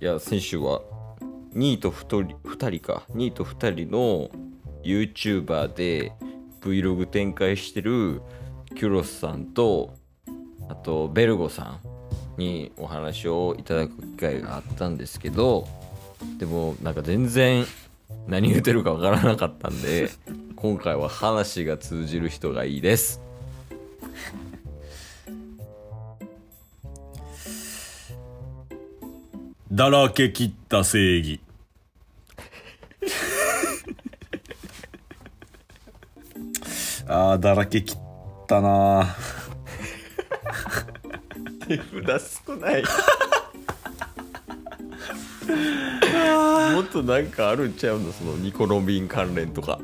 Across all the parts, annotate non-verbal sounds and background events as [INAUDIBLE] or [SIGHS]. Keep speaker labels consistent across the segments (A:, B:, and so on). A: 谷選手は2位と2人 ,2 人か2位と2人の YouTuber で Vlog 展開してるキュロスさんとあとベルゴさんにお話をいただく機会があったんですけどでもなんか全然何言ってるかわからなかったんで今回は話が通じる人がいいです
B: だらけ切った正 [LAUGHS] 義。ああ、だらけ切ったなー
A: 手札少 [LAUGHS] ないもっとなんかあるんちゃうのそのニコ・ロビン関連とか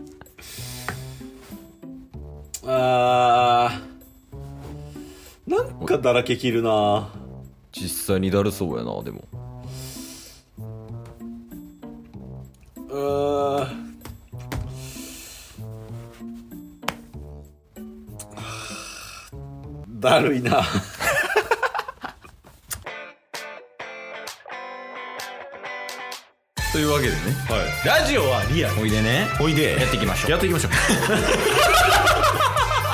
B: あーなんかだらけ切るな
A: 実際にだるそうやなでも
B: うーん [SIGHS] だるいな
A: というわけでね
B: ラジオはリアル
A: おいでね
B: おいで
A: やっていきましょう
B: やっていきましょう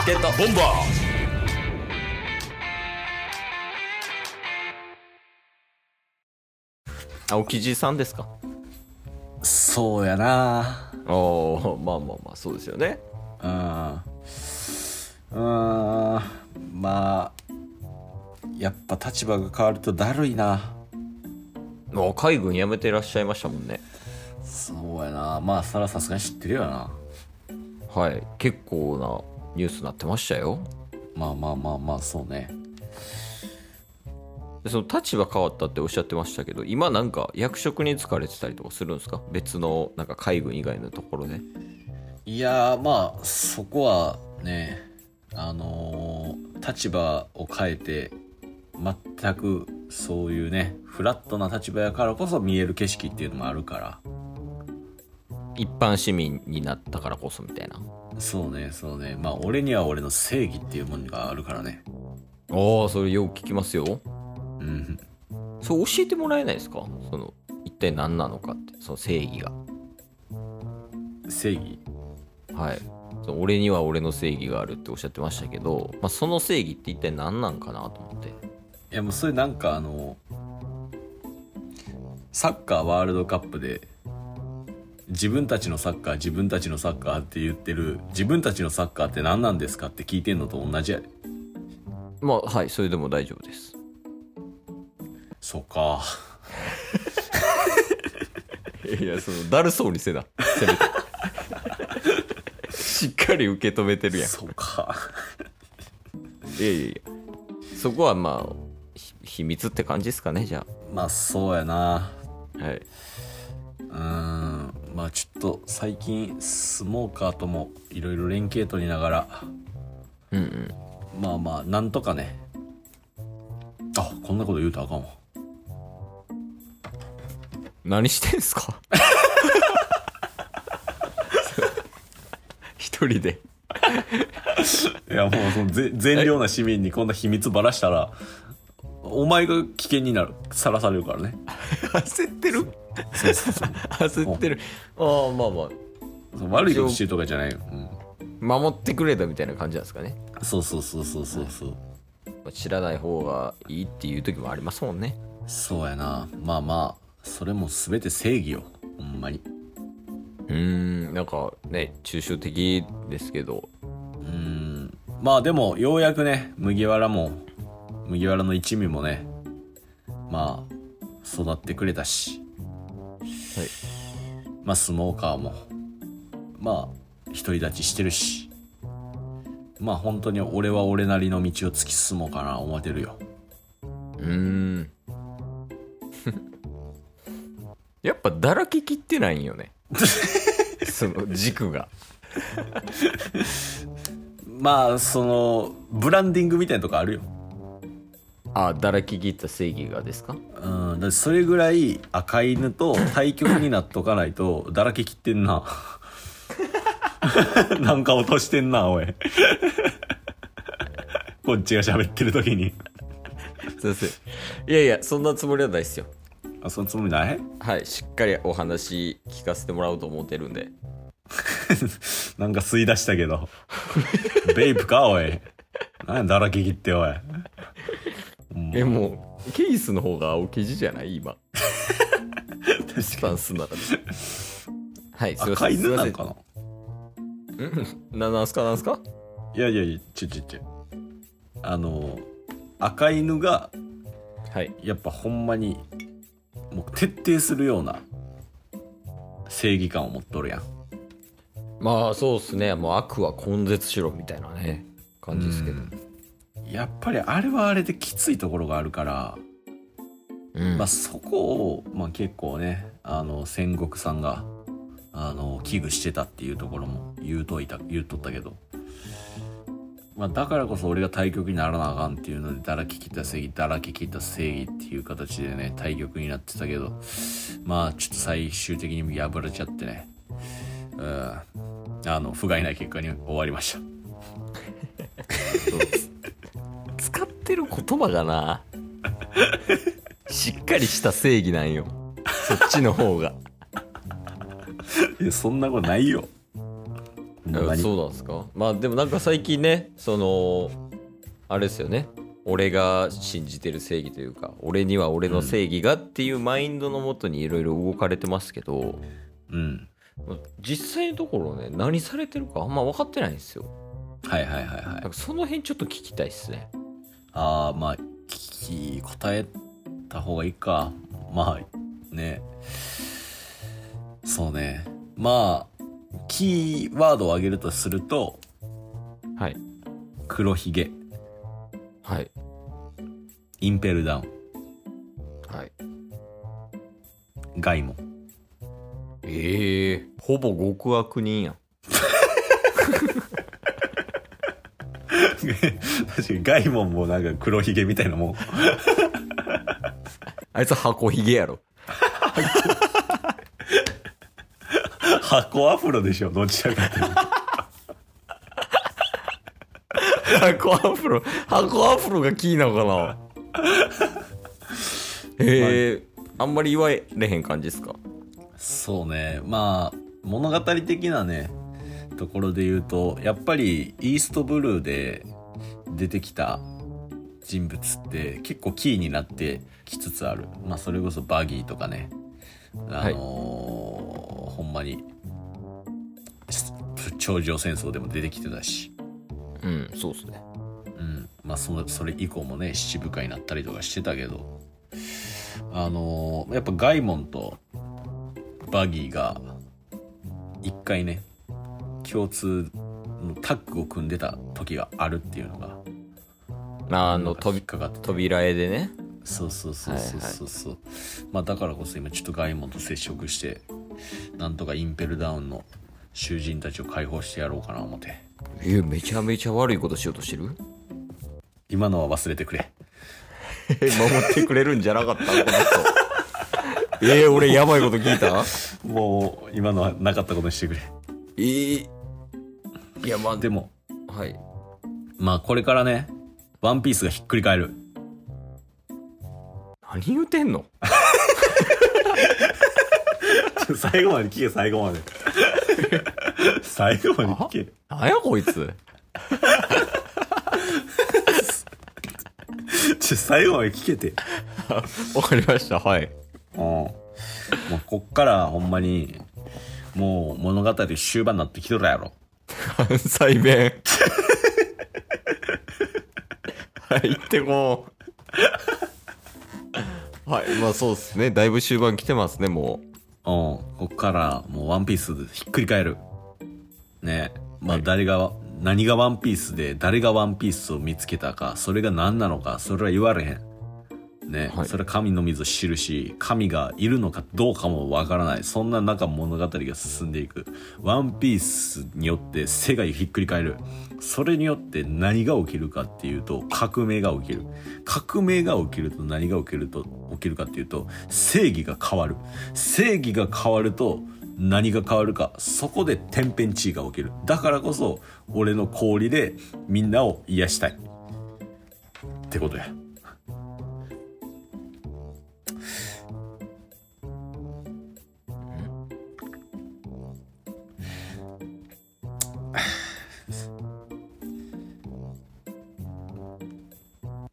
A: ゲット
B: ボンバ
A: 青木じさんですか
B: ーそうやな
A: ああまあまあまあそうですよね
B: うんうんまあやっぱ立場が変わるとだるいな
A: もう海軍辞めてらっしゃいましたもんね
B: そうやなまあそれはさすがに知ってるよな
A: はい結構なニュースになってましたよ
B: まあまあまあまあそうね
A: でその立場変わったっておっしゃってましたけど今なんか役職に就かれてたりとかするんですか別のなんか海軍以外のところで
B: いやーまあそこはねあのー立場を変えて全くそういうねフラットな立場やからこそ見える景色っていうのもあるか
A: 一般市民になったからこそみたいな
B: らそうねそうねまあ俺には俺の正義っていうものがあるからね
A: ああそれよく聞きますよ
B: うん
A: そう教えてもらえないですかその一体何なのかってその正義が
B: 正義
A: はいその俺には俺の正義があるっておっしゃってましたけど、まあ、その正義って一体何なんかなと思って
B: いやもうそれなんかあのサッカーワールドカップで自分たちのサッカー自分たちのサッカーって言ってる自分たちのサッカーって何なんですかって聞いてんのと同じやで
A: まあはいそれでも大丈夫です
B: そうか
A: [LAUGHS] いやそのだるそうにせなせ [LAUGHS] めてしっかり受け止めてるやん
B: そうか
A: いやいやいやそこはまあひ秘密って感じですかねじゃ
B: まあそうやな
A: あはい、
B: うーんまあちょっと最近スモーカーともいろいろ連携取りながら
A: うんうん、
B: まあまあなんとかねあこんなこと言うとあかんわ
A: 何してんすか [LAUGHS] 一人で
B: いやもうそのぜ善良な市民にこんな秘密ばらしたらお前が危険になるさらされるからね
A: 焦ってる
B: そうそうそう
A: 焦ってるああまあまあ
B: そう悪いことしてるとかじゃないよ、うん
A: 守ってくれたみたいな感じなんですかね、
B: そうそうそうそうそうそう
A: まあ知らない方がいいっていう時もありますもんね
B: そうやなまあまあそれも全て正義よほんまに
A: うーんなんかね抽象的ですけど
B: うんまあでもようやくね麦わらも麦わらの一味もねまあ育ってくれたし
A: はい
B: まあスモーカーもまあ独り立ちしてるしまあ本当に俺は俺なりの道を突き進もうかな思ってるよ
A: うーん [LAUGHS] やっぱだらけきってないんよ [LAUGHS] ねその軸が
B: まあそのブランディングみたいなとこあるよ
A: あだらけきった正義がですか
B: うんだってそれぐらい赤犬と対局になっとかないとだらけきってんな [LAUGHS] なんか落としてんなおいこっちが喋ってる時に
A: 先生いやいやそんなつもりはないですよ
B: あそのつもりない
A: はいしっかりお話聞かせてもらおうと思ってるんで
B: なんか吸い出したけどベイプかおい何やだらけ切っておい
A: えもうケースの方が青生地じゃない今スタンスの中ではいすいませ
B: 赤
A: ん
B: い
A: すい
B: 犬
A: ま
B: な
A: せん
B: んかな
A: ななんすかなんすか
B: いやいやいやちょちょちょあの赤犬が
A: はい
B: やっぱほんまにもう徹底するような正義感を持っとるやん
A: まあそうっすねもう悪は根絶しろみたいなね感じですけど
B: やっぱりあれはあれできついところがあるから、
A: うん
B: まあ、そこを、まあ、結構ねあの戦国さんがあの危惧してたっていうところも言うといた言うとったけど、まあ、だからこそ俺が対局にならなあかんっていうのでだらけ切った正義だらけ切った正義っていう形でね対局になってたけどまあちょっと最終的に破れちゃってねうんあの不甲斐ない結果に終わりました。
A: そうです使ってる言葉が [LAUGHS] なしっかりした正義なんよそっちの方が
B: いやそんなことないよ。ほんまに
A: そうなんですかまあでもなんか最近ねそのあれですよね俺が信じてる正義というか俺には俺の正義がっていうマインドのもとにいろいろ動かれてますけど
B: うん。
A: 実際のところね何されてるかあんま分かってないんですよ
B: はいはいはいはい
A: なん。かその辺ちょっと聞きたいっすね
B: ああ、まあ、聞き、答えた方がいいか。まあ、ね。そうね。まあ、キーワードを挙げるとすると、
A: はい
B: 黒ひげ、
A: はい
B: インペルダウン、
A: はい
B: ガイモン。
A: ええほぼ極悪人やん
B: [LAUGHS] 確かにガイモンもなんか黒ひげみたいなもん。
A: あいつ箱ひげやろ
B: 箱アフロでしょ、どちらかというと。
A: 箱アフロ箱アフロがキーな [LAUGHS] のかなええあんまり言われへん感じですか
B: そうね。まあ、物語的なね、ところで言うと、やっぱりイーストブルーで出てきた人物って結構キーになってきつつある。まあ、それこそバギーとかね。あのー
A: はい
B: ほんまに、し頂上戦争でも出てきてたし。
A: うんそうっすね
B: うん、まあそのそれ以降もね七部会になったりとかしてたけどあのーやっぱガイモンとバギーが一回ね共通のタッグを組んでた時があるっていうのが
A: あの
B: 飛び
A: 飛
B: っかかってて
A: 扉絵でね
B: そうそうそうそうそうそう、まあだからこそ今ちょっとガイモンと接触してなんとかインペルダウンの囚人たちを解放してやろうかな思って
A: えめちゃめちゃ悪いことしようとして [LAUGHS] る
B: 今のは忘れてくれ
A: 守ってくれるんじゃなかったこの人えー、俺やばいこと聞いた
B: もう今のはなかったことにしてくれ
A: [LAUGHS] えー、いやまあ
B: で
A: でも
B: も
A: はい
B: まあこれからね、ワンピースがひっくり返る。
A: 何言うてんの
B: 最後まで聞け、最後 [LAUGHS] まで。最後まで聞け。
A: なんやこいつ
B: ちょ最後まで聞けて。
A: [LAUGHS] わかりましたはい
B: うん。もうこっからほんまに、もう物語終盤になってきとるやろ。
A: 関西弁はい行ってこうはいまあそうですねだいぶ終盤来てますねも
B: うん。こっからもうワンピースひっくり返る。ねまあ誰が、何がワンピースで、誰がワンピースを見つけたか、それが何なのか、それは言われへん。ね、
A: はい
B: それは神の水を知るし神がいるのかどうかもわからないそんな中物語が進んでいくワンピースによって世界をひっくり返るそれによって何が起きるかっていうと革命が起きる革命が起きると何が起きると起きるかっていうと正義が変わる正義が変わると何が変わるかそこで天変地異が起きるだからこそ俺の氷でみんなを癒したいってことや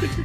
C: ます